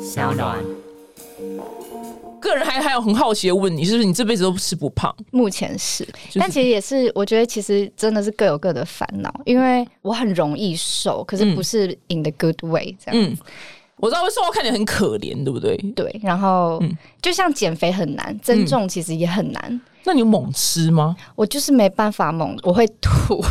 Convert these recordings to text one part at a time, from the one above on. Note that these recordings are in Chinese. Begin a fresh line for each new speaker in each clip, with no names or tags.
小暖。
个人还还有很好奇的问你，是不是你这辈子都吃不胖？
目前是，
就是
但其实也是，我觉得其实真的是各有各的烦恼，因为我很容易瘦，可是不是 in the good way 这样。
嗯，我知道，说我看你很可怜，对不对？
对，然后、
嗯
就像减肥很难，增重其实也很难，
那你有猛吃吗？
我就是没办法猛，我会 吐。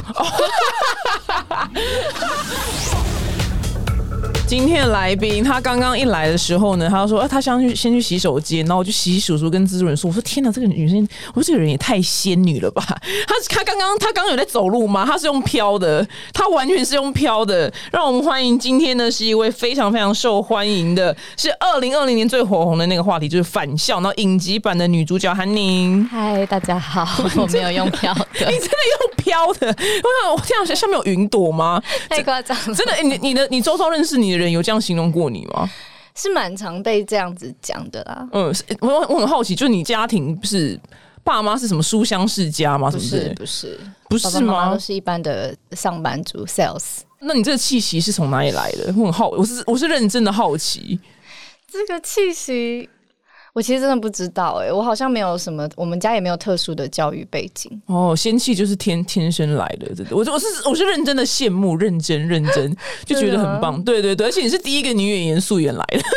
今天的来宾，他刚刚一来的时候呢，他说：“啊，他想去先去洗手间。”然后我就洗洗手手跟制作人说：“我说天哪，这个女生，我说这个人也太仙女了吧！ 她她刚刚她刚刚有在走路吗？她是用飘的，她完全是用飘的。让我们欢迎今天呢是一位非常非常受欢迎的，是二零二零年最火红的那个话题就是返校，然后影集版的女主角韩宁。”
嗨，大家 好，我没有用票
你
的，
真的用飘的？我想，我这样想，上面有云朵吗？
太夸张了，
真的，欸你你的你周遭认识你的人有这样形容过你吗？
是蛮常被这样子讲的啦。
嗯，是我我很好奇，就是你家庭是爸妈是什么书香世家吗？什
不
么
是
的？
不是，
不是
爸爸妈妈
吗
都？是一般的上班族 sales。
那你这个气息是从哪里来的？我很好，我是我是认真的好奇。
这个气息，我其实真的不知道哎、我好像没有什么，我们家也没有特殊的教育背景。
哦，仙气就是天天生来的，真的。我我是我是认真的羡慕，认真认 真，就觉得很棒。对对对，而且你是第一个女演员素颜来的。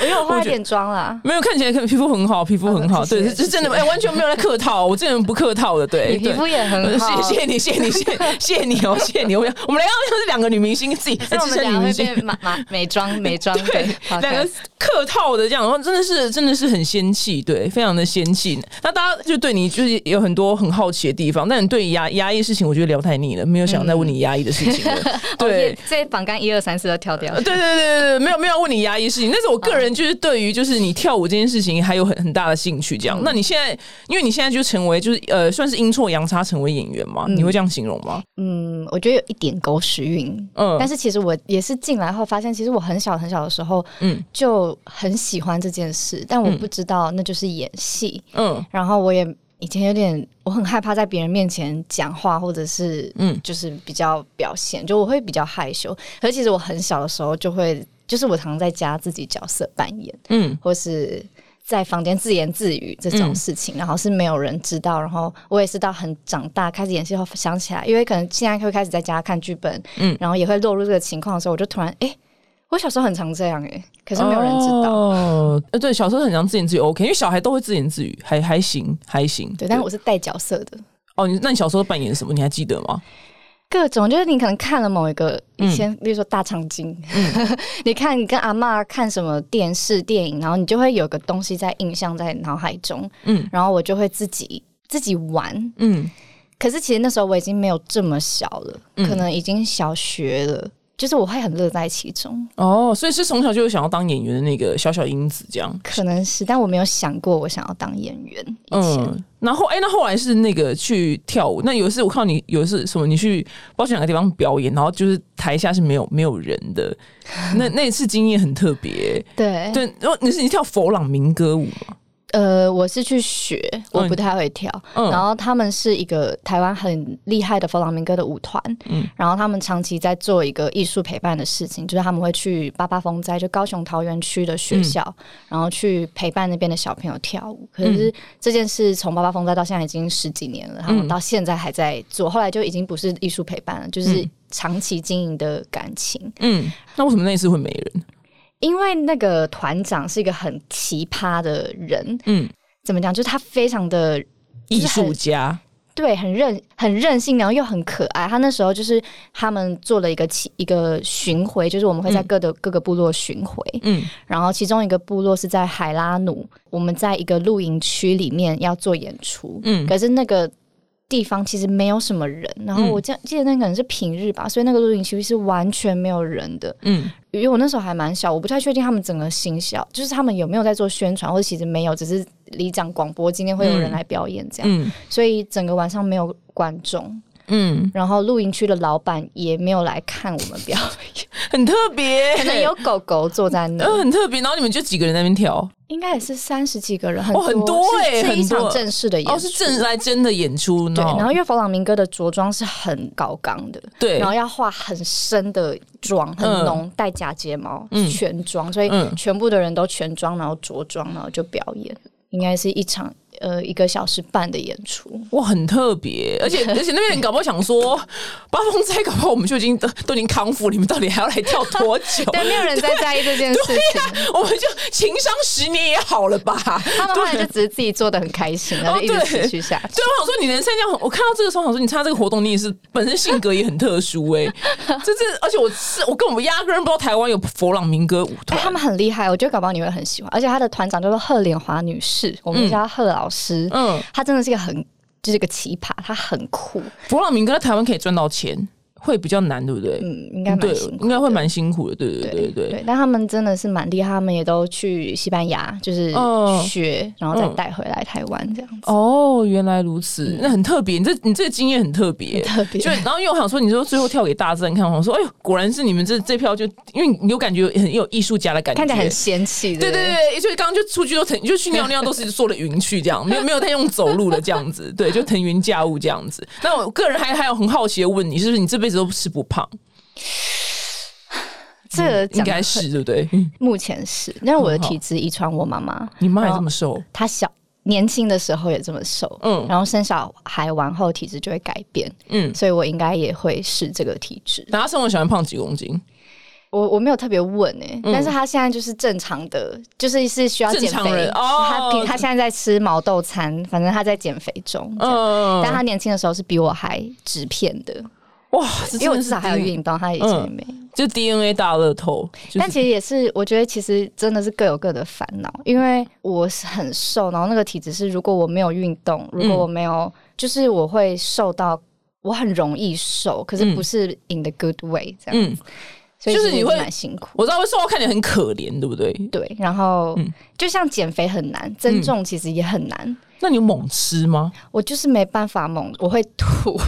我有
我
化一
觉得
点妆啦，
没有看起来皮肤很好，皮肤很好，
哦谢谢
对，是
谢
是
谢
真的，哎、完全没有在客套，我这人不客套的，对，
你皮肤也
对
很好，
呃谢谢你，谢谢你，谢谢谢谢你哦，谢谢你！我们我们两个就是两个女明星，自己在
那我
支
们
撑女
俩
明
会
星，
变马马美妆美妆
对
的，好
两
看
个客套的这样，然后真的是真的是很仙气，对，非常的仙气。那大家就对你就是有很多很好奇的地方，但你对压压抑的事情，我觉得聊太腻了，没有想再问你
嗯
压抑的事情了，对
哦。所以榜杆一二三四都跳掉
呃。对对对对对，没有没有问你压抑事情，但是我
嗯
个人就是对于就是你跳舞这件事情还有很很大的兴趣。这样，
嗯
那你现在因为你现在就成为就是呃算是阴错阳差成为演员
嗯
嘛，你会这样形容吗？
嗯，我觉得有一点狗屎运。
嗯
但是其实我也是进来后发现，其实我很小很小的时候，
嗯
嗯，就很喜欢这件事，但我不知道那就是演戏。
嗯
然后我也以前有点，我很害怕在别人面前讲话，或者是
嗯
嗯，就是比较表现，就我会比较害羞。可是其实我很小的时候就会，就是我常在家自己角色扮演，
嗯
或是。在房间自言自语这种事情，然后是没有人知道，然后我也是到很长大开始演戏后想起来，因为可能现在会开始在家看剧本，
嗯
嗯，然后也会落入这个情况的时候，我就突然哎、诶我小时候很常这样哎、诶可是没有人知道，
哦，呃对，小时候很常自言自语，OK，因为小孩都会自言自语，还还行还行。
对，但是我是带角色的，
哦，你那你小时候扮演什么？你还记得吗？
各种，就是你可能看了某一个
嗯
以前，例如说大长今， 你看你跟阿嬷看什么电视电影，然后你就会有个东西在印象在脑海中，
嗯
嗯，然后我就会自己自己玩。
嗯
可是其实那时候我已经没有这么小了，
嗯
可能已经小学了，就是我会很乐在其中，
哦，所以是从小就有想要当演员的那个小小因子，这样。
可能是，但我没有想过我想要当演员。以前、
嗯，然后哎、那后来是那个去跳舞，那有一次我看到你有一次什么，你去不知道去哪个地方表演，然后就是台下是没有没有人 的，那那一次经验很特别、
对
对，然后你是你跳佛朗明哥舞嘛？
呃，我是去学，我
嗯
不太会跳。
嗯
然后他们是一个台湾很厉害的佛朗明哥的舞团，
嗯
然后他们长期在做一个艺术陪伴的事情，就是他们会去八八风灾，就高雄桃园区的学校，
嗯
然后去陪伴那边的小朋友跳舞。可是这件事从八八风灾到现在已经十几年了，他们到现在还在做，
嗯
后来就已经不是艺术陪伴了，就是长期经营的感情。
嗯，那为什么那一次会没人？
因为那个团长是一个很奇葩的人，
嗯，
怎么讲？就是他非常的
艺术家，
对，很任很任性，然后又很可爱。他那时候就是他们做了一个起一个巡回，就是我们会在各的、各个部落巡回，
嗯
然后其中一个部落是在海拉努，我们在一个露营区里面要做演出，
嗯
可是那个。地方其实没有什么人，然后
嗯
我记记得那可能是平日吧，所以那个露营区是完全没有人的。
嗯
因为我那时候还蛮小，我不太确定他们整个行销，就是他们有没有在做宣传，或者其实没有，只是里长广播今天会有人
嗯
来表演这样。
嗯
所以整个晚上没有观众。
嗯，
然后露营区的老板也没有来看我们表 演，
很特别，
可能有狗狗坐在那，
嗯，很特别。然后你们就几个人在那边跳，
应该也是三十几个人，很
哦很多欸
是是一
很
场
多
正式的演出。
哦，是正来真的演出呢。
对，然后因为弗朗明哥的着装是很高刚的，
对
然后要化很深的妆，很
嗯
浓，戴假睫毛，
嗯
全妆，所以
嗯
全部的人都全妆，然后着装，然后就表演，应该是一场呃一个小时半的演出。
哇，很特别，而 且而且那边人搞不好想说，八风灾搞不好我们就已经都都已经康复，你们到底还要来跳多 久？
对，没有人在在意这件事情。
我们就情商十年也好了 吧？
他们后来
对啊
就只是自己做的很开心，然后就一
哦
直
对
持续下去。
对，我想说你能参加，我看到这个时候想说你参加这个活动，你也是本身性格也很特殊 哎、这这而且我是我根本压根儿不知道台湾有佛朗明哥舞
哎、
团，
他们很厉害，我觉得搞不好你会很喜欢。而且他的团长叫做贺莲华女士，我们
嗯
叫她贺老师。
嗯，
她真的是一个很就是一个奇葩，她很酷，
佛朗明哥在台湾可以赚到钱，会比较难，对不对？
嗯，应该蛮
对
辛，苦
应该会
的
蛮辛苦的，对对对
对
对。
但他们真的是蛮厉害，他们也都去西班牙，就是
哦
学，然后再
嗯
带回来台湾这样子。
哦，原来如此，那很特别。你这你这个经验很特别，
嗯特别
就然后因为我想说，你说最后跳给大自然看，我想说，哎呦，果然是你们这这票就，因为你有感觉很有艺术家的感觉，
看起来很仙气，
对
不
对对，对，就是刚刚就出去都腾，就去尿尿都是坐了云去这样，没有没有再用走路了这样子，对，就腾云驾雾这样子。那我个人还还有很好奇的问你，是不是你这辈子都吃不胖？
这个
应
讲
该是对不对？嗯
目前是，因为我的
很好
体质遗传我妈妈，
你妈也这么瘦，
她小年轻的时候也这么瘦，
嗯
然后生小孩完后体质就会改变，
嗯，
所以我应该也会是这个体质。
然后生活喜欢胖几公斤？
我我没有特别问哎、但是她现在就是正常的，就是是需要
嗯正
减
常
肥
人哦
她平她现在在吃毛豆餐，反正她在减肥中。这样
嗯，
但她年轻的时候是比我还直片的，
哇，这
因
真的
为我至
是
少还有
DNA
运动，她以前也没。
就 DNA 大乐透，就
但
是
其实也是，我觉得其实真的是各有各的烦恼，
嗯
因为我是很瘦，然后那个体质是，如果我没有运动，如
嗯
果我没有，就是我会瘦到我很容易瘦，可是不是 in the good way 这样，
嗯，
所以
就是
其实
你会
蛮辛苦。
我知道会瘦到看起来很可怜，对不对？
对，然后、
嗯
就像减肥很难，增重其实也很难，
那你有猛吃 吗？
我就是没办法猛，我会吐。
有，我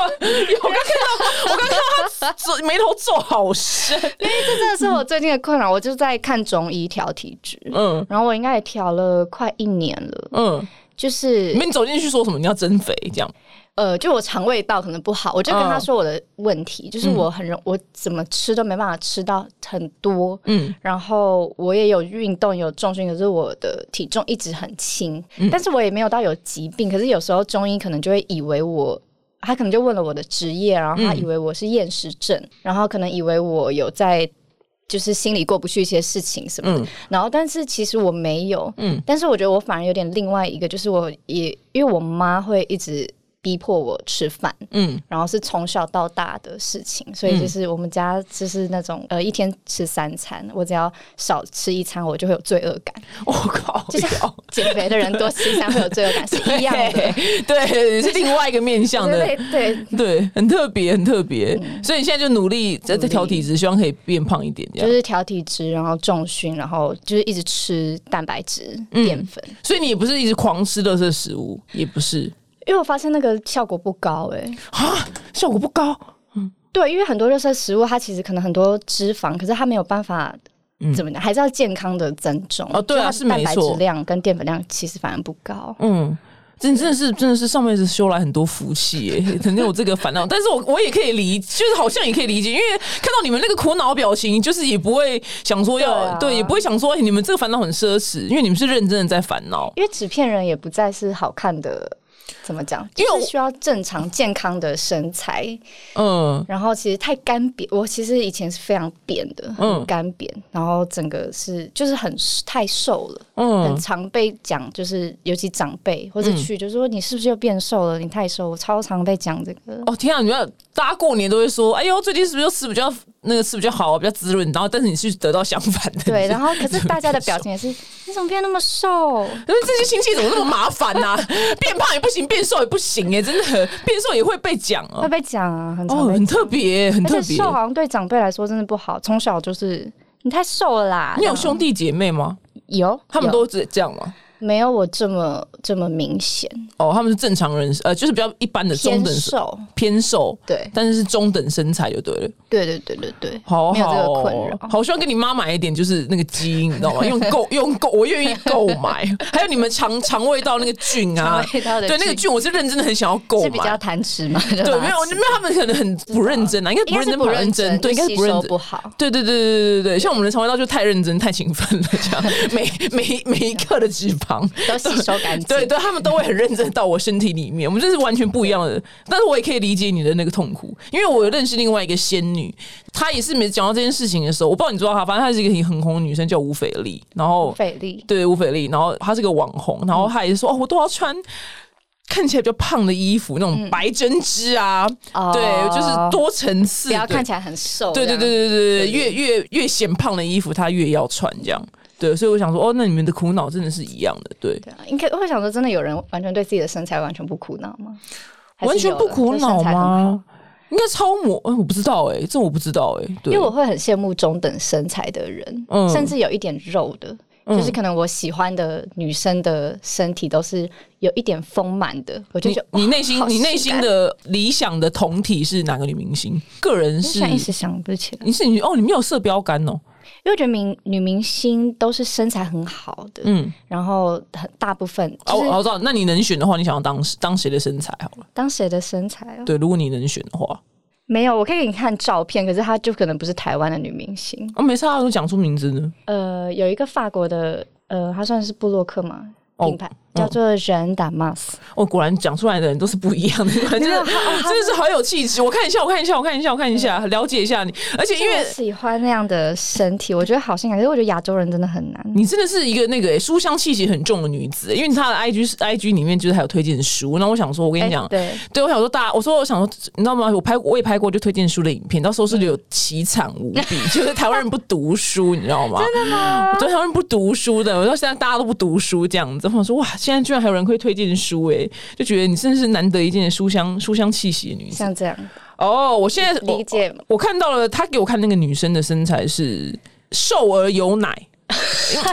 刚看到，我刚看到他皱眉头皱好深，
这真的是我最近的困扰，我就在看中医调体质，
嗯
然后我应该也调了快一年了，
嗯。
就是
你们走进去说什么？你要增肥这样？
呃，就我肠胃道可能不好，我就跟
嗯
他说我的问题，就是我很容，我怎么吃都没办法吃到很多。
嗯
然后我也有运动，有重训，可是我的体重一直很轻，
嗯
但是我也没有到有疾病。可是有时候中医可能就会以为我，他可能就问了我的职业，然后他
嗯
以为我是厌食症，然后可能以为我有在就是心里过不去一些事情什么的。
嗯
然后但是其实我没有，
嗯
但是我觉得我反而有点另外一个，就是我也因为我妈会一直逼迫我吃饭，
嗯，
然后是从小到大的事情，所以就是我们家就是那种呃一天吃三餐，我只要少吃一餐，我就会有罪恶感。
我靠，
就像减肥的人多吃一餐会有罪恶感是一样的，
对对，是另外一个面向的，
对对。嗯
对，很特别，很特别。所以你现在就努力在
努
在
力
调体质，希望可以变胖一点这
就
样。
是调体质，然后重训，然后就是一直吃蛋白质、淀粉，
所以你也不是一直狂吃垃圾食物，也不是
因为我发现那个效果不高哎、
啊，效果不高。
对，因为很多热色食物，它其实可能很多脂肪，可是它没有办法。怎么讲？还是要健康的增重
嗯哦对啊
就是它
没
蛋白质
错
量跟淀粉量其实反而不高。
嗯，真真的是真的是上辈子修来很多福气耶， 肯定有这个烦恼。但是我我也可以理，就是好像也可以理解，因为看到你们那个苦恼表情，就是也不会想说要
对啊
也不会想说、哎你们这个烦恼很奢侈，因为你们是认真的在烦恼。
因为纸片人也不再是好看的，怎么讲？
因为
就是
我
需要正常健康的身材。
嗯，
然后其实太干瘪，我其实以前是非常扁的，
嗯
很干扁，然后整个是就是很太瘦了，
嗯
很常被讲，就是尤其长辈或者去就说你是不是又变瘦了？你太瘦，我超常被讲这个。
哦天啊！你们大家过年都会说，哎呦，最近是不是又吃比较那个吃比较好啊，比较滋润？然后但是你是得到相反的，
对，然
后
后可是大家的表情也是，你怎么变那么瘦？
这些亲戚怎么那么麻烦呐、变胖也不行，变瘦也不行哎、真的变瘦也会被讲
会
哦，
被讲啊，很
哦，
常被
很特别，很特
而且
别。欸
瘦好像对长辈来说真的不好，从小就是你太瘦了啦。
你有
这样
兄弟姐妹吗？
有，
他们
啊有
都这这样吗？
没有我这么这么明显，
哦，他们是正常人，呃，就是比较一般的中
偏
等身
瘦。
偏瘦，
对
但是是中等身材就对了。
对对对对对，
好
没有
好
这个
哦，
困扰。
好希望跟你妈买一点，就是那个基因，你知道吗？用购用购，我愿意购买。 还有你们肠肠胃道那个菌啊
肠，胃道的
对那个
菌
菌，我是认真的很想要购
是比较
买。
贪吃嘛？对
对，没有，因为他们可能很不认真啊，应该
应
不
该
认
是
真，不认真，对，应该是
吸
不认
收
真
不。好。
对对对对对对对，像我们的肠胃道就太认真、太勤奋了，这样每每每一克的脂肪
都吸收干净
对对，他们都会很认真地到我身体里面，我们这是完全不一样的。但是我也可以理解你的那个痛苦，因为我有认识另外一个仙女，她也是每次讲到这件事情的时候，我不知道你知道她，反正她是一个很很红的女生，叫吴斐丽，然后
费力，
对吴斐丽，然后她是个网红，然后她也是说、哦，我都要穿。看起来比较胖的衣服，那种白针织啊，
哦
对，就是多层次，
不要
对
看起来很瘦。
对对对对对对，越越越显胖的衣服，他越要穿这样。对，所以我想说，哦，那你们的苦恼真的是一样的，对，
对啊，应该会想说，真的有人完全对自己的身材完全不苦恼吗？还是
完全
有
不
的
苦
就身
恼
材很好
吗？应该超模，哎我不知道哎、这我不知道哎、对，
因为我会很羡慕中等身材的人，
嗯
甚至有一点肉的，就是可能我喜欢的女生的身体都是有一点丰满的，我就
你
觉得
你
哇
内心
好
你
性
内心
感
的理想的同体是哪个女明星？个人
我
是
现在一时想不起来，
你是你哦，你没有色标杆哦，
因为我觉得明女明星都是身材很好的，
嗯，
然后很大部分
哦，
就是
我知道，那你能选的话，你想要当当谁的身材好了？
当谁的身材、哦？
对，如果你能选的话，
没有，我可以给你看照片，可是她就可能不是台湾的女明星。
啊，没事啊，都讲出名字呢，
呃，有一个法国的，呃，她算是布洛克嘛，
哦
品牌、叫做人打 mas，
哦，果然讲出来的人都是不一样的，真的真哦的是嗯好有气质。我看一下，我看一下，我看一下，我看一下，了解一下你。而且因
因为我
为
喜欢那样的身体，我觉得好性感，可是我觉得亚洲人真的很难。
你真的是一个那个、欸、书香气息很重的女子、因为她的 IG 是 IG 里面就是还有推荐书。那我想说，我跟你
哎
讲。
对，
对，我想说大，我说我想说，你知道吗？我拍我也拍过就推荐书的影片，到收视率有奇惨无比， 就是台湾人不读书，你知道吗？真的吗？对，台湾人不读书的，我说现在大家都不读书这样子，我想说哇，现在居然还有人会推荐书、欸，就觉得你真的是难得一见的书香书香气息的女子。
像这样，
哦，我现在我
理解
我看到了，他给我看那个女生的身材是瘦而有奶，
哎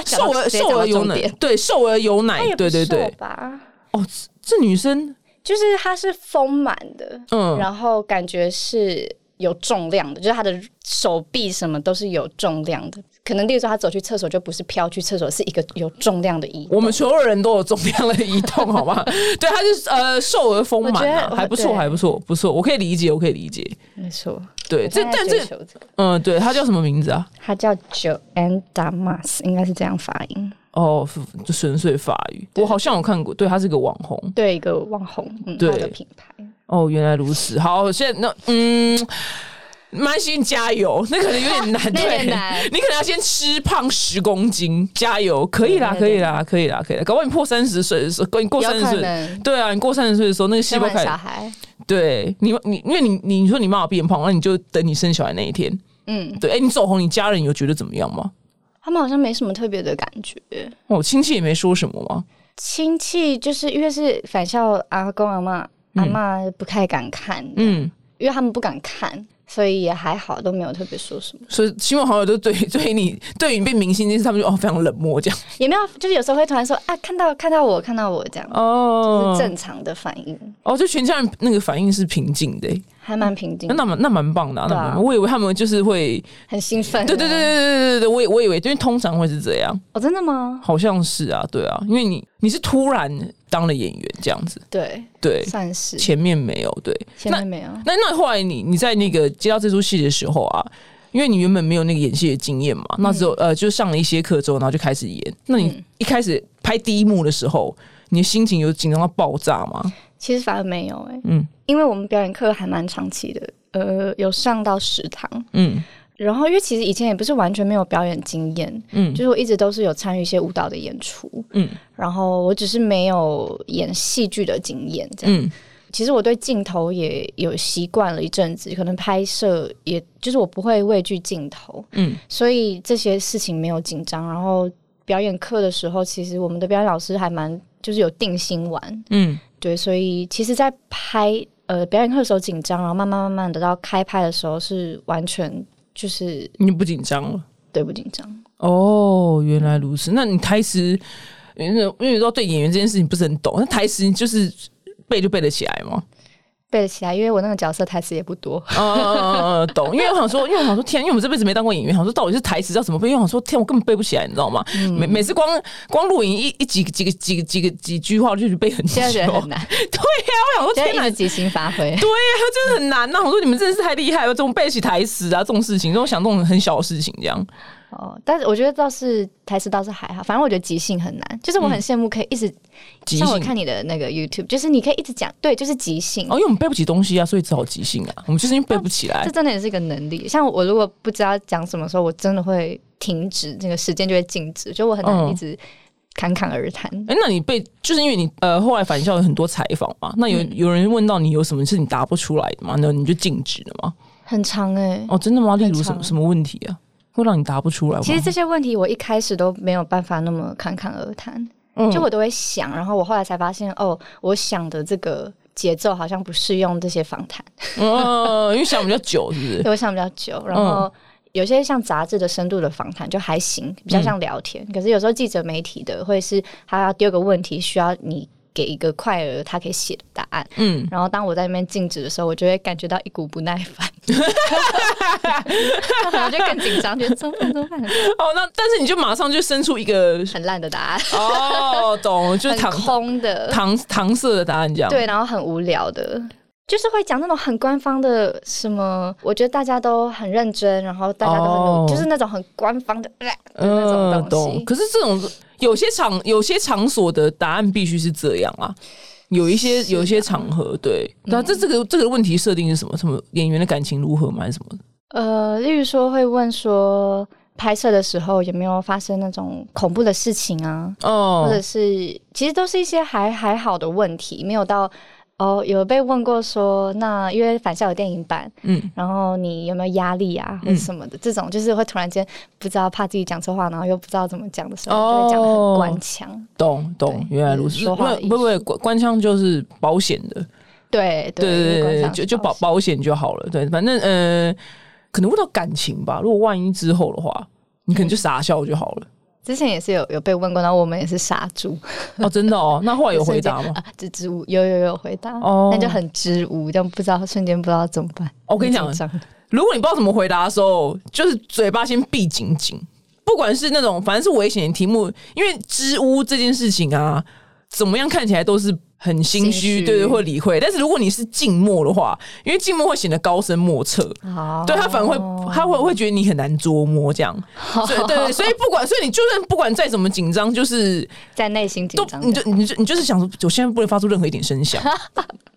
讲到
瘦而
直接讲到
瘦而有
重
奶
点，
对，瘦而有奶
她也，
对
不
对
瘦
对。
吧，
哦，这这女生，
就是她是丰满的，
嗯
然后感觉是。有重量的，就是她的手臂什么都是有重量的。可能例如说，她走去厕所就不是飘去厕所，是一个有重量的移动。
我们所有人都有重量的移动，好 吗？对，她是呃瘦而丰满、
我觉
啊，
得
还不错，
对
还不错，不错，我可以理解，我可以理解。
没错，
对，这
我
但
正在
这
追求这个
嗯，对，她叫什么名字啊？
他叫 Joanne Damas，应该是这样发音。
哦，就纯粹法语，我好像有看过，对，她是个网红。
对，一个网红，嗯，
对
他的品牌。
哦，原来如 此。好，现在那嗯，蛮心加油， 那可能有点难，
那有
对
点难
你可能要先吃胖十公斤，加油，可以啦，可
对对
以啦，可以啦，可以啦。搞不好你破三十岁的时候，你过
有
三十
可
岁
能，
对啊，你过三十岁的时候，那个细
生
胞
完
开始
小，孩，
对你，你因为你你说你妈妈变胖，那你就等你生小孩那一天。
嗯，
对，哎、你走红，你家人有觉得怎么样吗？
他们好像没什么特别的感觉。
哦，亲戚也没说什么吗？
亲戚就是因为是返校，阿公阿妈，阿妈不太敢看，
嗯，
因为他们不敢看，所以也还好，都没有特别说什么。
所以亲朋好友都对 对你对你变明星这件事，他们就哦非常冷漠这样。
也没有，就是有时候会突然说啊，看到看到我，看到我这样，
哦，
是正常的反应，
哦，就全家人那个反应是平静的欸、
还蛮平静
那，那蛮那蛮棒的、啊，那
对啊
蛮棒我以为他们就是会，
很兴奋。
对对对对，对对对，我以我以为，因为通常会是这样，
哦，真的吗？
好像是啊，对啊，因为你你是突然当了演员这样子，
对，
对，
算是
前面没有，对，
前面没有。
那那后来你你在那个接到这出戏的时候啊，因为你原本没有那个演戏的经验嘛，那之后、
嗯
呃就上了一些课之后，然后就开始演。那你一开始拍第一幕的时候，你的心情有紧张到爆炸吗？
其实反而没有哎、
嗯
因为我们表演课还蛮长期的，呃，有上到食堂，
嗯
然后因为其实以前也不是完全没有表演经验，
嗯
就是我一直都是有参与一些舞蹈的演出，
嗯
然后我只是没有演戏剧的经验这样。
嗯
其实我对镜头也有习惯了一阵子，可能拍摄也就是我不会畏惧镜头，
嗯
所以这些事情没有紧张。然后表演课的时候，其实我们的表演老师还蛮就是有定心丸，
嗯
对，所以其实，在拍呃表演课的时候紧张，然后慢慢慢慢的到开拍的时候是完全就是
你不紧张了？
对不紧张。
哦，原来如此。那你台词因为因为说对演员这件事情不是很懂，那台词就是背就背得起来嘛。
背得起来，因为我那个角色台词也不多。
呃，懂，因为我想说，因为我想说，天，啊因为我们这辈子没当过演员，想说到底是台词要怎么背，因为我想说，天，啊我根本背不起来，你知道吗？每每次光光录影一一几几个几个几个几句话，我就去背很久，
现在觉得很难
对呀、我想说，
就
天
一
哪
直，即兴发挥。
对呀、真的很难呐、啊我说你们真的是太厉害了，这种背得起台词啊，这种事情，这种想这种很小的事情，这样。
哦，但是我觉得倒是台词倒是还好，反正我觉得即兴很难，就是我很羡慕可以一直、
即
像我
兴
看你的那个 YouTube，就是你可以一直讲，对，就是即兴。
哦，因为我们背不起东西啊，所以只好即兴啊，我们就是因为背不起来
这。真的也是一个能力。像我如果不知道讲什么时候，我真的会停止，这个时间就会静止，就我很难
嗯
一直侃侃而谈。
哎、那你被就是因为你呃后来返校有很多采访嘛，那有、
嗯
有人问到你有什么是你答不出来的吗？那你就禁止了吗？
很长哎、
哦，真的吗？例如什
很
么
长
什么问题啊，会让你答不出来吗？
其实这些问题我一开始都没有办法那么侃侃而谈，
嗯
就我都会想，然后我后来才发现，哦，我想的这个节奏好像不适用这些访谈，
嗯，因为想比较久，是不是？
对我想比较久，然
嗯
后。有些像杂志的深度的访谈就还行，比较像聊
嗯
天。可是有时候记者媒体的，或者是他要丢个问题，需要你给一个快而他可以写的答案。
嗯，
然后当我在那边静止的时候，我就会感觉到一股不耐 烦， 然后就更紧张，觉得怎么办怎么办，
哦，那但是你就马上就生出一个
很烂的答 案，
哦，懂，就是搪
很空的，
搪搪塞的答案这样。
对，然后很无聊的。就是会讲那种很官方的什么，我觉得大家都很认真，然后大家都很努
哦
就是那种很官方的、呃、的那
嗯，
种东
懂。
西。
可是这种有些场有些场所的答案必须是这样啊，有一些
啊
有一些场合对。那这这个这个问题设定是什么？什么演员的感情如何吗？还是什么？
呃，例如说会问说，拍摄的时候有没有发生那种恐怖的事情啊？或
哦
者，是其实都是一些还还好的问题，没有到哦有被问过说，那因为返校有电影版，
嗯，
然后你有没有压力啊或者什么的，这种就是会突然间不知道怕自己讲错话，然后又不知道怎么讲的时候，就会讲的
哦
很官腔。
懂懂，
对
原来如此。
说话的
不不不，官官腔就是保险的，
对
对对
对对，
对，就就保保险就好了。对，反正呃，可能问到感情吧。如果万一之后的话，你可
嗯
能就傻笑就好了。
之前也是有有被问过，然后我们也是傻猪，
哦，真的哦。那后 来有回答吗？
啊，支支吾有有有回答，
哦
那就很支吾，这样不知道瞬间不知道怎么办。
我跟你讲
很紧张
如果你不知道怎么回答的时候，就是嘴巴先闭紧紧，不管是那种反正是危险的题目，因为知屋这件事情啊，怎么样看起来都是很心
心
虚，
虚
对对，或理会。但是如果你是静默的话，因为静默会显得高深莫测，
好，
对他反而会
哦
他会会觉得你很难捉摸这样。所以对对，所以不管所以你就算不管再怎么紧张，就是
在内心紧
都
张的，
你就你就你就是想说，我现在不能发出任何一点声响，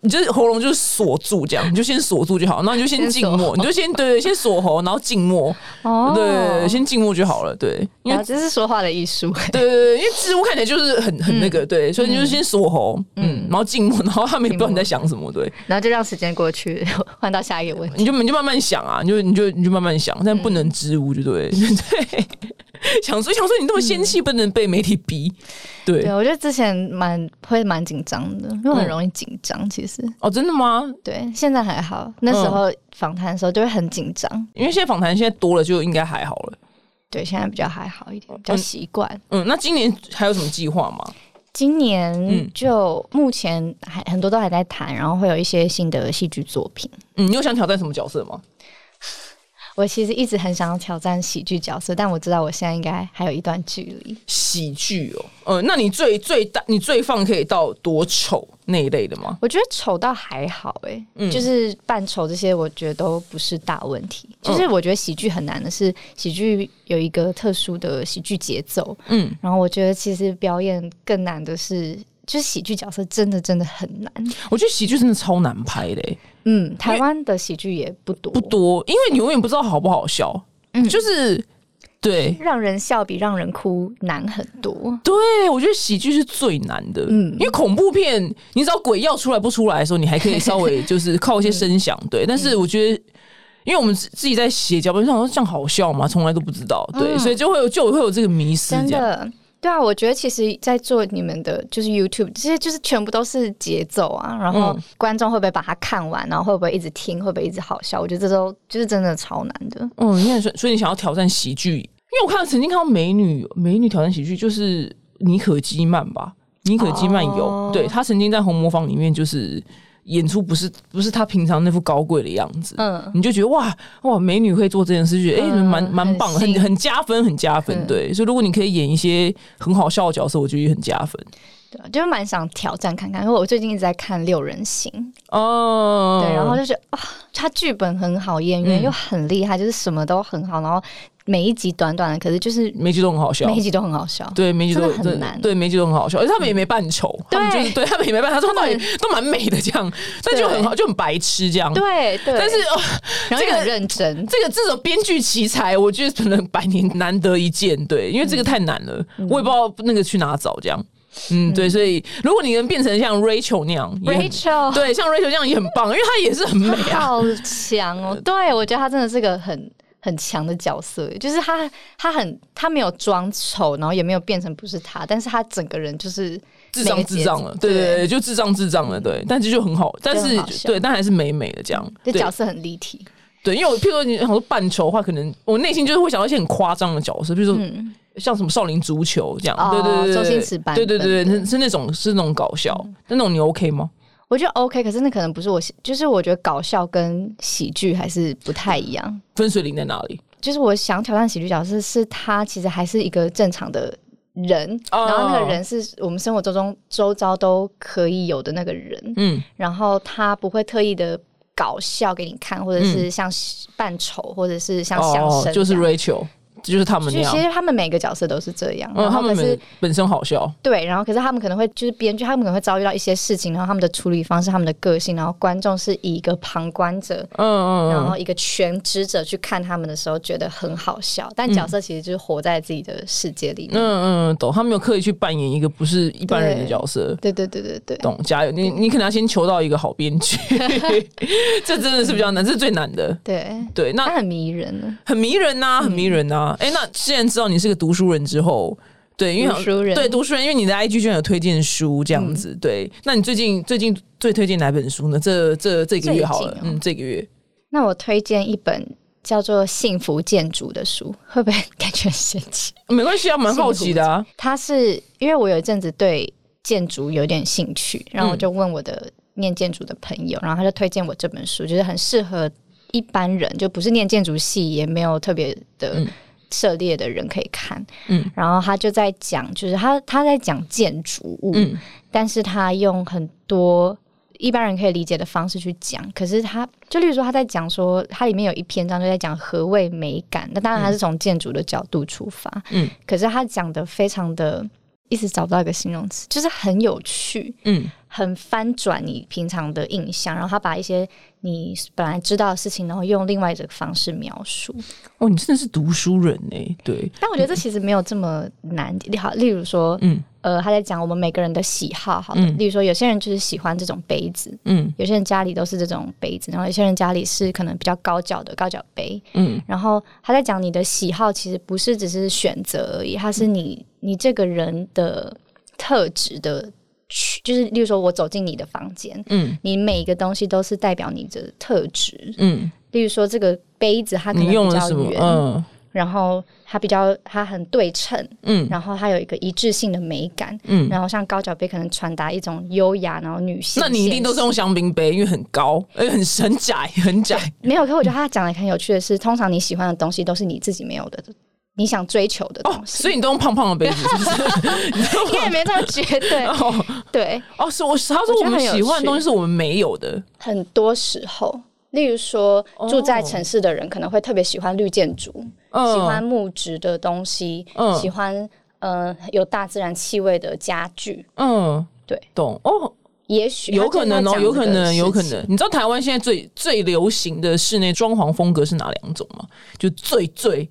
你就是喉咙就是锁住这样，你就先锁住就好，然后你就先
先
静
锁
默，你就先对对，先锁喉，然后静默，
哦
对，先静默就好了，对，因为
然后这是说话的艺术。
对对对，因为植物看起来就是很很那个，对，所以你就先锁喉，嗯，然后静默，然后他们也不知道你在想什么，对，
然后就让时间过去，换到下一个问题。
你就你就慢慢想啊，你就你就你就慢慢想，但不能支吾，就对 对。想说想说你那么仙气，不能被媒体逼，对
对，我觉得之前蛮会蛮紧张的，因为
嗯
我很容易紧张。其实
哦，真的吗？
对，现在还好，那
嗯
时候访谈的时候就会很紧张。
因为现在访谈现在多了，就应该还好了。
对，现在比较还好一点，比较习惯。
嗯，那今年还有什么计划吗？嗯
今年就目前还很多都还在谈，然后会有一些新的戏剧作品。
嗯，你有想挑战什么角色吗？
我其实一直很想要挑战喜剧角色，但我知道我现在应该还有一段距离。
喜剧哦，嗯，那你最最大，你最放可以到多丑那一类的吗？
我觉得丑倒还好哎、就是扮丑这些，我觉得都不是大问题。就是我觉得喜剧很难的是，喜剧有一个特殊的喜剧节奏，
嗯，
然后我觉得其实表演更难的是。就是喜剧角色真的真的很难，
我觉得喜剧真的超难拍的欸、
嗯，台湾的喜剧也不多，
不多，因为你永远不知道好不好笑，嗯，就是对。
让人笑比让人哭难很多。
对，我觉得喜剧是最难的，嗯，因为恐怖片，你知道鬼要出来不出来的时候，你还可以稍 微就是靠一些声响，对。但是我觉得，因为我们自自己在写脚本上说这样好笑吗？从来都不知道，对，所以就会有就会有这个迷失，
真
这样。
的，对啊，我觉得其实，在做你们的就是 YouTube，这些就是全部都是节奏啊，然后
嗯
观众会不会把它看完，然后会不会一直听，会不会一直好笑？我觉得这都就是真的超难的。
嗯，你看，所以所以你想要挑战喜剧，因为我看曾经看到美女美女挑战喜剧，就是尼可基曼吧，尼可基曼有，
哦
对他曾经在红魔坊里面就是演出，不是不是他平常那副高贵的样子，
嗯，
你就觉得哇哇，美女会做这件事，觉得哎，
嗯
蛮蛮
很
棒，很
新
很加分，很加分。
嗯
对，所以如果你可以演一些很好笑的角色，我觉得也很加分。
对，啊就是蛮想挑战看看。因为我最近一直在看《六人行》，
哦，
对，然后就是啊，他剧本很好，演员
嗯
又很厉害，就是什么都很好，然后每一集短短的，可是就是
每集都很好笑
每。一集都很好笑。
对，每集都
真的很
真的
难
对，每集都很好笑，而且他们也没扮丑，他们就是对他们也没扮，他说他们都蛮美的这样，但就很好，就很白痴这样。
对对，
但是哦，
然
这
后又
个
很认真，
这个这种编剧奇才，我觉得可能百年难得一见，对，因为
嗯
这个太难了，我也不知道那个去哪找这样。嗯，对，所以如果你能变成像 Rachel 那样也很
Rachel
对，像 Rachel 这样也很棒，因为她也是 很美啊。
好强
呃
哦！对，我觉得他真的是个很很强的角色，就是他他很他没有装丑，然后也没有变成不是他，但是他整个人就是
智障
每个节
智障了，对对对，对就智障智障了，对，但是就很好，但是
就很好笑
对，但还是美美的这样，
这
对
角色很立体。
对，因为我譬如说你很多扮丑的话，可能我内心就是会想到一些很夸张的角色，比如说
嗯，
像什么少林足球这样，
哦
对对对对，
周
对
星驰版
对对对，对
本的嗯
那是那种是那种搞笑，那种你 OK 吗？
我觉得 OK，可是那可能不是我喜，就是我觉得搞笑跟喜剧还是不太一样。
分水岭在哪里？
就是我想挑战喜剧角色，是他其实还是一个正常的人，
哦
然后那个人是我们生活周中周遭都可以有的那个人，
嗯
然后他不会特意的搞笑给你看，或者是像扮丑，或者是像相声这样、
嗯哦就是 Rachel，就是他们那
就其
样。
实他们每个角色都是这样，
嗯，
然
他
后可
们
是、
本本身好笑，
对，然后可是他们可能会就是编剧，他们可能会遭遇到一些事情，然后他们的处理方式、他们的个性，然后观众是以一个旁观者，
嗯嗯
然
嗯，
后一个全知者去看他们的时候，觉得很好笑，但角色其实就是活在自己的世界里面。
嗯嗯，懂。他没有刻意去扮演一个不是一般人的
对
角色，
对对对对对，
懂？加油！你你可能要先求到一个好编剧， 这真的是比较难，这是最难的。
对，
对，那
他很迷人啊呢。
很迷人
嗯
呐、很迷人呐、哎、那既然知道你是个读书人之后，对，因为
读书人嗯
对读书人，因为你的 IG 居然有推荐书这样子，对。那你最近最近最推荐哪本书呢？这这这个月好了，
最近哦
嗯，这个月
那我推荐一本叫做《幸福建筑》的书，会不会 感觉很神奇？
没关系啊，蛮好奇的啊。
它是因为我有一阵子对建筑有点兴趣，然
嗯
后我就问我的念建筑的朋友，然后他就推荐我这本书，就是很适合一般人，就不是念建筑系，也没有特别的
嗯
涉猎的人可以看。
嗯
然后他就在讲，就是他他在讲建筑物，
嗯
但是他用很多一般人可以理解的方式去讲。可是他就例如说他在讲说，它里面有一篇章就在讲何谓美感，那当然他是从建筑的角度出发，
嗯
可是他讲的非常的。一直找不到一个形容词，就是很有趣，
嗯
很翻转你平常的印象，然后他把一些你本来知道的事情，然后用另外一种方式描述。
哦，你真的是读书人哎、对，
但我觉得这其实没有这么难。好，例如说，
嗯
呃，他在讲我们每个人的喜好，好的，
嗯
例如说，有些人就是喜欢这种杯子，
嗯
有些人家里都是这种杯子，然后有些人家里是可能比较高脚的高脚杯。
嗯
然后他在讲你的喜好，其实不是只是选择而已，它
嗯
是你你这个人的特质的区，就是例如说，我走进你的房间，
嗯
你每一个东西都是代表你的特质。
嗯，
例如说，这个杯子它可能
你用
比
了
较
什么？
圆，
嗯
然后它比较它很对称，
嗯
然后它有一个一致性的美感，
嗯。
然后像高脚杯可能传达一种优雅，然后女性。
那你一定都是用香槟杯，因为很高，哎，很很窄，很 窄。
没有？可我觉得他讲的很有趣的是，通常你喜欢的东西都是你自己没有的，你想追求的
哦
东，西，
所以你都用胖胖的杯子，是不是？
应该也没这么觉得。
哦，
对，
哦，是我他说我
我觉得
们
很有
喜欢的
趣
东西是我们没有的，
很多时候，例如说
哦
住在城市的人可能会特别喜欢绿建筑，
嗯
喜欢木质的东西，
嗯
喜欢呃有大自然气味的家具。
嗯，
对，
懂哦，
也许
有可能
他
哦，
就
有
在
可
讲这个
能，有可
事情
能。你知道台湾现在最最流行的室内装潢风格是哪两种吗？就最最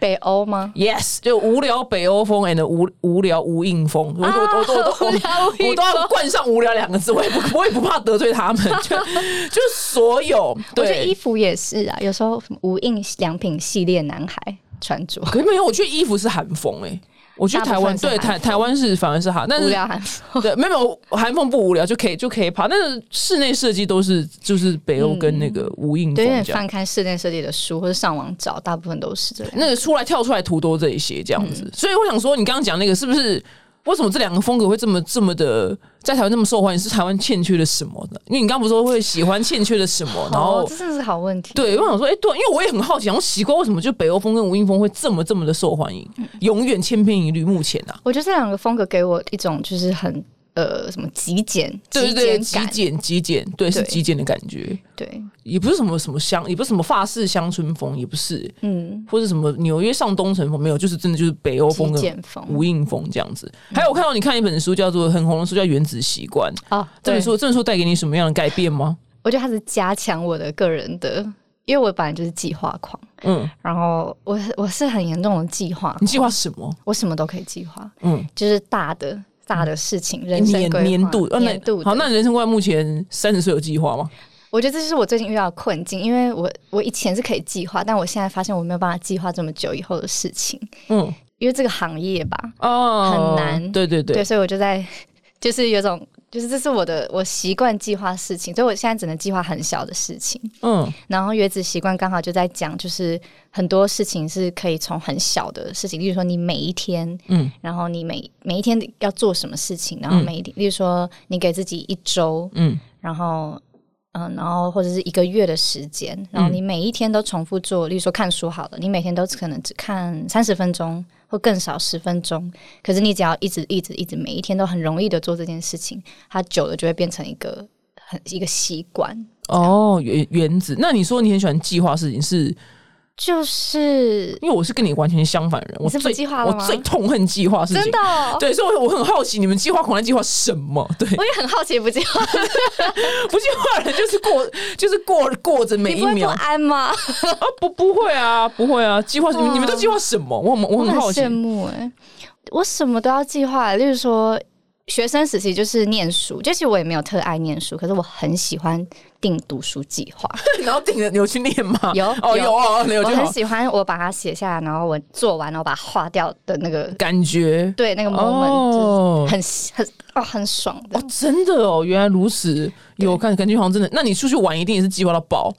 北欧吗？
yes，就无聊北欧风 and 无无聊无印风。我我我我我
啊无聊无印
我
风
我都要冠上无聊两个字，我也不我也不怕得罪他们，就就所有
我觉得衣
对。
服也是啊，有时候什么无印良品系列男孩穿 着
可是没有，我觉得衣服是韩风哎、我觉得台湾
大部分
对
是
台
韩
台湾是反而是韩，但
无
是
聊啊韩服，
对，没有韩风不无聊就可以就可以跑，但是室内设计都是就是北欧跟那个无印风
嗯对， 有点
这样。
翻开室内设计的书或者上网找，大部分都是这样。嗯
那个出来跳出来图多这一些这样子，所以我想说，你刚刚讲那个是不是为什么这两个风格会这么这么的在台湾那么受欢迎？是台湾欠缺了什么呢？因为你刚刚不是说会喜欢欠缺了什么，然
哦
后，
这真的是好问题。
对，我想说，哎、对，因为我也很好奇，我奇怪为什么就北欧风跟无印风会这么这么的受欢迎，
嗯
永远千篇一律。目前啊，
我觉得这两个风格给我一种就是很呃什么极简、
对
极
对对，
简
极
感，
简极简，对，是
对
极简的感觉，
对，
也不是什么什么乡，也不是什么法式乡村风，也不是，
嗯，
或是什么纽约上东城风，没有，就是真的就是北欧风
极
跟
简风
无印风这样子。还有，我看到你看一本书叫做很红的书叫《原子习惯》，
啊。
这
对
本，书这本书带给你什么样的改变吗？
我觉得它是加强我的个人的，因为我本来就是计划狂，
嗯，
然后我是我是很严重的计划狂，
你计划是什么？
我什么都可以计划，
嗯，
就是大的大的事情，人生
年
规划
嗯年度，呃那
年度的
好，那你人生观目前三十岁有计划吗？
我觉得这就是我最近遇到的困境，因为我我以前是可以计划，但我现在发现我没有办法计划这么久以后的事情，
嗯，
因为这个行业吧，
哦，
很难
对对对，
所以我就在 就是有种就是这是我的我习惯计划事情，所以我现在只能计划很小的事情。
嗯
然后原子习惯刚好就在讲，就是很多事情是可以从很小的事情，例如说你每一天，
嗯
然后你每每一天要做什么事情，然后每一天，例如说你给自己一周，
嗯
然后嗯，然后或者是一个月的时间，然后你每一天都重复做，例如说看书好了，你每天都可能只看三十分钟或更少十分钟，可是你只要一直一直一直每一天都很容易的做这件事情，它久了就会变成一个很一个习惯，
哦，原原子。那你说你很喜欢计划事情是，
就是
因为我是跟你完全相反的人，我
是不
最
计划
我
了吗
最痛恨计划事情。
真的哦、啊
对，所以我我很好奇你们计划狂人计划什么？对，
我也很好奇，不计划，
不计划人就是 过，就是过过着每
你
一
不会不
秒啊，
安吗？
不不会啊，不会啊，计划你们你们都计划什么？我很我
我
很好奇
羡，慕哎、我什么都要计划，例如说学生时期就是念书，就其实我也没有特爱念书，可是我很喜欢定读书计 划，
然后顶着 你有去念吗？
有
哦
有
有哦，有
我
就
很
好，
喜欢我把它写下来，然后我做完，然后把它划掉的 那个
感觉
对那个 moment，、
哦
就是很很哦很爽的
哦。，真的哦，原来如此，有看感觉好像真的。那你出去玩一定也是计划到爆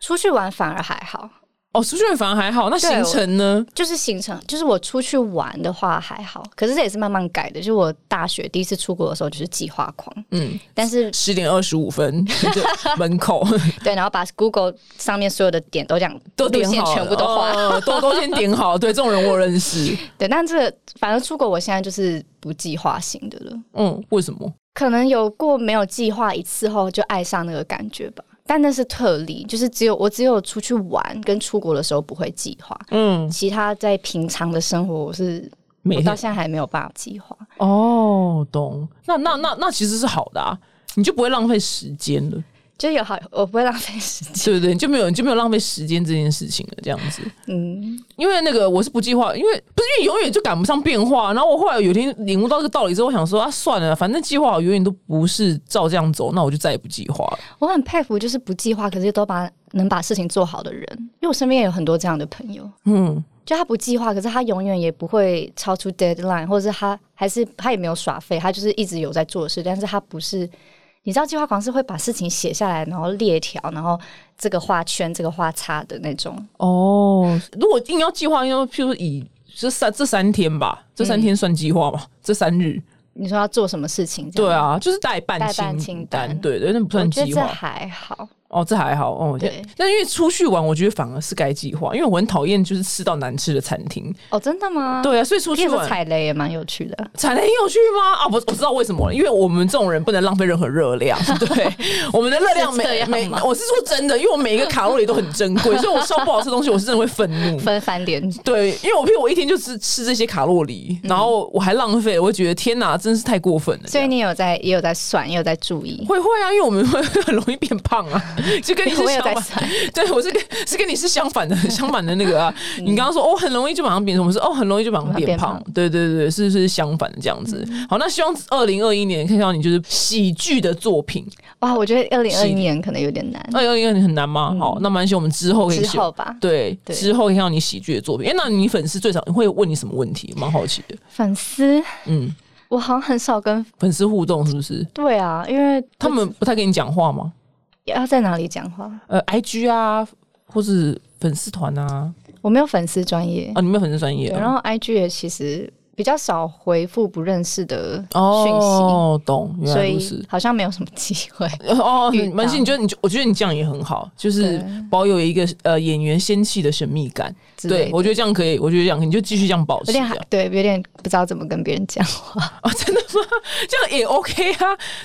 出去玩反而还好，
哦，出去玩反而还好，那
对
行程呢？
就是行程，就是我出去玩的话还好，可是这也是慢慢改的。就是我大学第一次出国的时候就是计划狂，
嗯，
但是
十点二十五分 对门口
对，然后把 Google 上面所有的点都这样
都
路
点
线
好了，
全部都画。
哦都都先点好。对，这种人我认识。
对，但这个反正出国我现在就是不计划型的了，
嗯，为什么？
可能有过没有计划一次后就爱上那个感觉吧。但那是特例，就是只有我只有出去玩跟出国的时候不会计划，
嗯，
其他在平常的生活我是
每
我到
天
现在还没有办法计划。
哦，懂。那那那那其实是好的啊，你就不会浪费时间了，
就有好，我不会浪费时间。
对不对？你就没有你就没有浪费时间这件事情了，这样子。
嗯，
因为那个我是不计划，因为不是因为永远就赶不上变化。啊然后我后来有一天领悟到这个道理之后，我想说啊，算了，反正计划好永远都不是照这样走，那我就再也不计划了。
我很佩服，就是不计划，可是都把能把事情做好的人，因为我身边也有很多这样的朋友。
嗯，
就他不计划，可是他永远也不会超出 deadline，或者是他还是他也没有耍废，他就是一直有在做事，但是他不是。你知道计划狂是会把事情写下来，然后列条，然后这个画圈，这个画叉的那种。
哦，如果硬要计划，因为譬如以这三这三天吧，这三
嗯
天算计划嘛？这三日，
你说要做什么事情？
对，啊，就是带半
代办
清
清单
对对，那不
我
算
觉得
计
这
划。
还好。
哦，这还好哦。
对
但因为出去玩，我觉得反而是该计划，因为我很讨厌就是吃到难吃的餐厅。
哦，真的吗？，
对啊，所以出
我
去
听说
玩
踩雷也蛮有趣的。
踩雷很有趣吗？啊，我我知道为什么了，因为我们这种人不能浪费任何热量， 对，我们的热量
是这
每
样
每，
吗
我是说真的，因为我每一个卡路里都很珍贵，所以我吃到不好吃的东西，我是真的会愤 怒。
分翻点，
对，因为我譬如我一天就吃吃这些卡路里，然后我还浪费，我会觉得天哪，真是太过分了。
嗯
这
所以
样
你有在也有在算，也有在注意。
会会啊，因为我们会很容易变胖 啊，就跟你是
我也有
相
在
反。
算，
对，我是跟是跟你是相反的， 相反的那个啊。你刚刚说哦，很容易就马上变成，我是哦，很容易就马上变
变
胖
胖。嗯
对对对，是是相反的这样子。好，那希望二零二一年看到你就是喜剧的作品。
哇，我觉得二零二
是
一年可能有点难，
二零二一年很难吗？好，那蛮希望我们之后可以
嗯之
写
后吧。
对，
对
之后可以看到你喜剧的作品。哎，那你粉丝最常会问你什么问题？蛮好奇的。
粉丝，
嗯，
我好像很少跟
粉丝互动是不是？
对啊，因为
他们不太跟你讲话吗？
要在哪里讲话？
呃，IG 啊，或是粉丝团啊？
我没有粉丝专业，
啊，你们有粉丝专业
对
啊？
然后 IG 也其实比较少回复不认识的讯息，
哦，懂，原
所
来如
以
此。
好像没有什么机会。
哦，
遇
蛮
到
心，你觉得你就，我觉得你这样也很好，就是
对
保有一个呃演员仙气的神秘感。
之类
对
的，
我觉得这样可以，我觉得这样你就继续这样保持
有点
啊，
还对，有点不知道怎么跟别人讲话。
啊真的吗？这样也 OK 啊，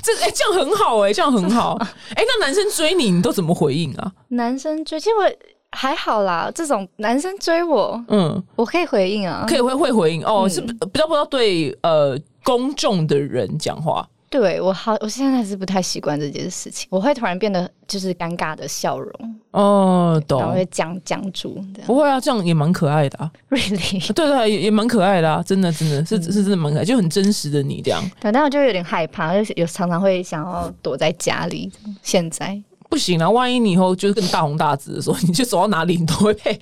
这哎、这样很好哎、这样很好。哎、那男生追你，你都怎么回应啊？
男生追，其实我还好啦，这种男生追我，
嗯，
我可以回应啊。
可以会会回应哦，是不比较不要对呃公众的人讲话。
对我好，我现在还是不太习惯这件事情，我会突然变得就是尴尬的笑容，
哦，
然后会
懂。
僵僵住这样。
不会啊，这样也蛮可爱的啊。
Really，
对对，也也蛮可爱的啊，真的真的是是真的蛮可爱，就很真实的你这样。
对，但我就有点害怕，就是有常常会想要躲在家里。现在
不行啊！万一你以后就是更大红大紫的时候，你就走到哪里，你都会 被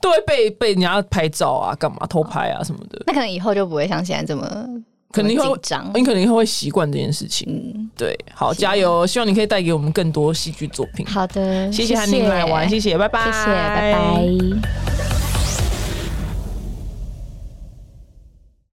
都会被被人家拍照啊，干嘛偷拍啊什么的。
那可能以后就不会像现在这么
可能以
这么
后
紧张。
你可能以后会习惯这件事情。对，好，加油！希望你可以带给我们更多戏剧作品。
好的，
谢谢韩宁来玩，谢谢，拜拜，
谢谢，拜拜。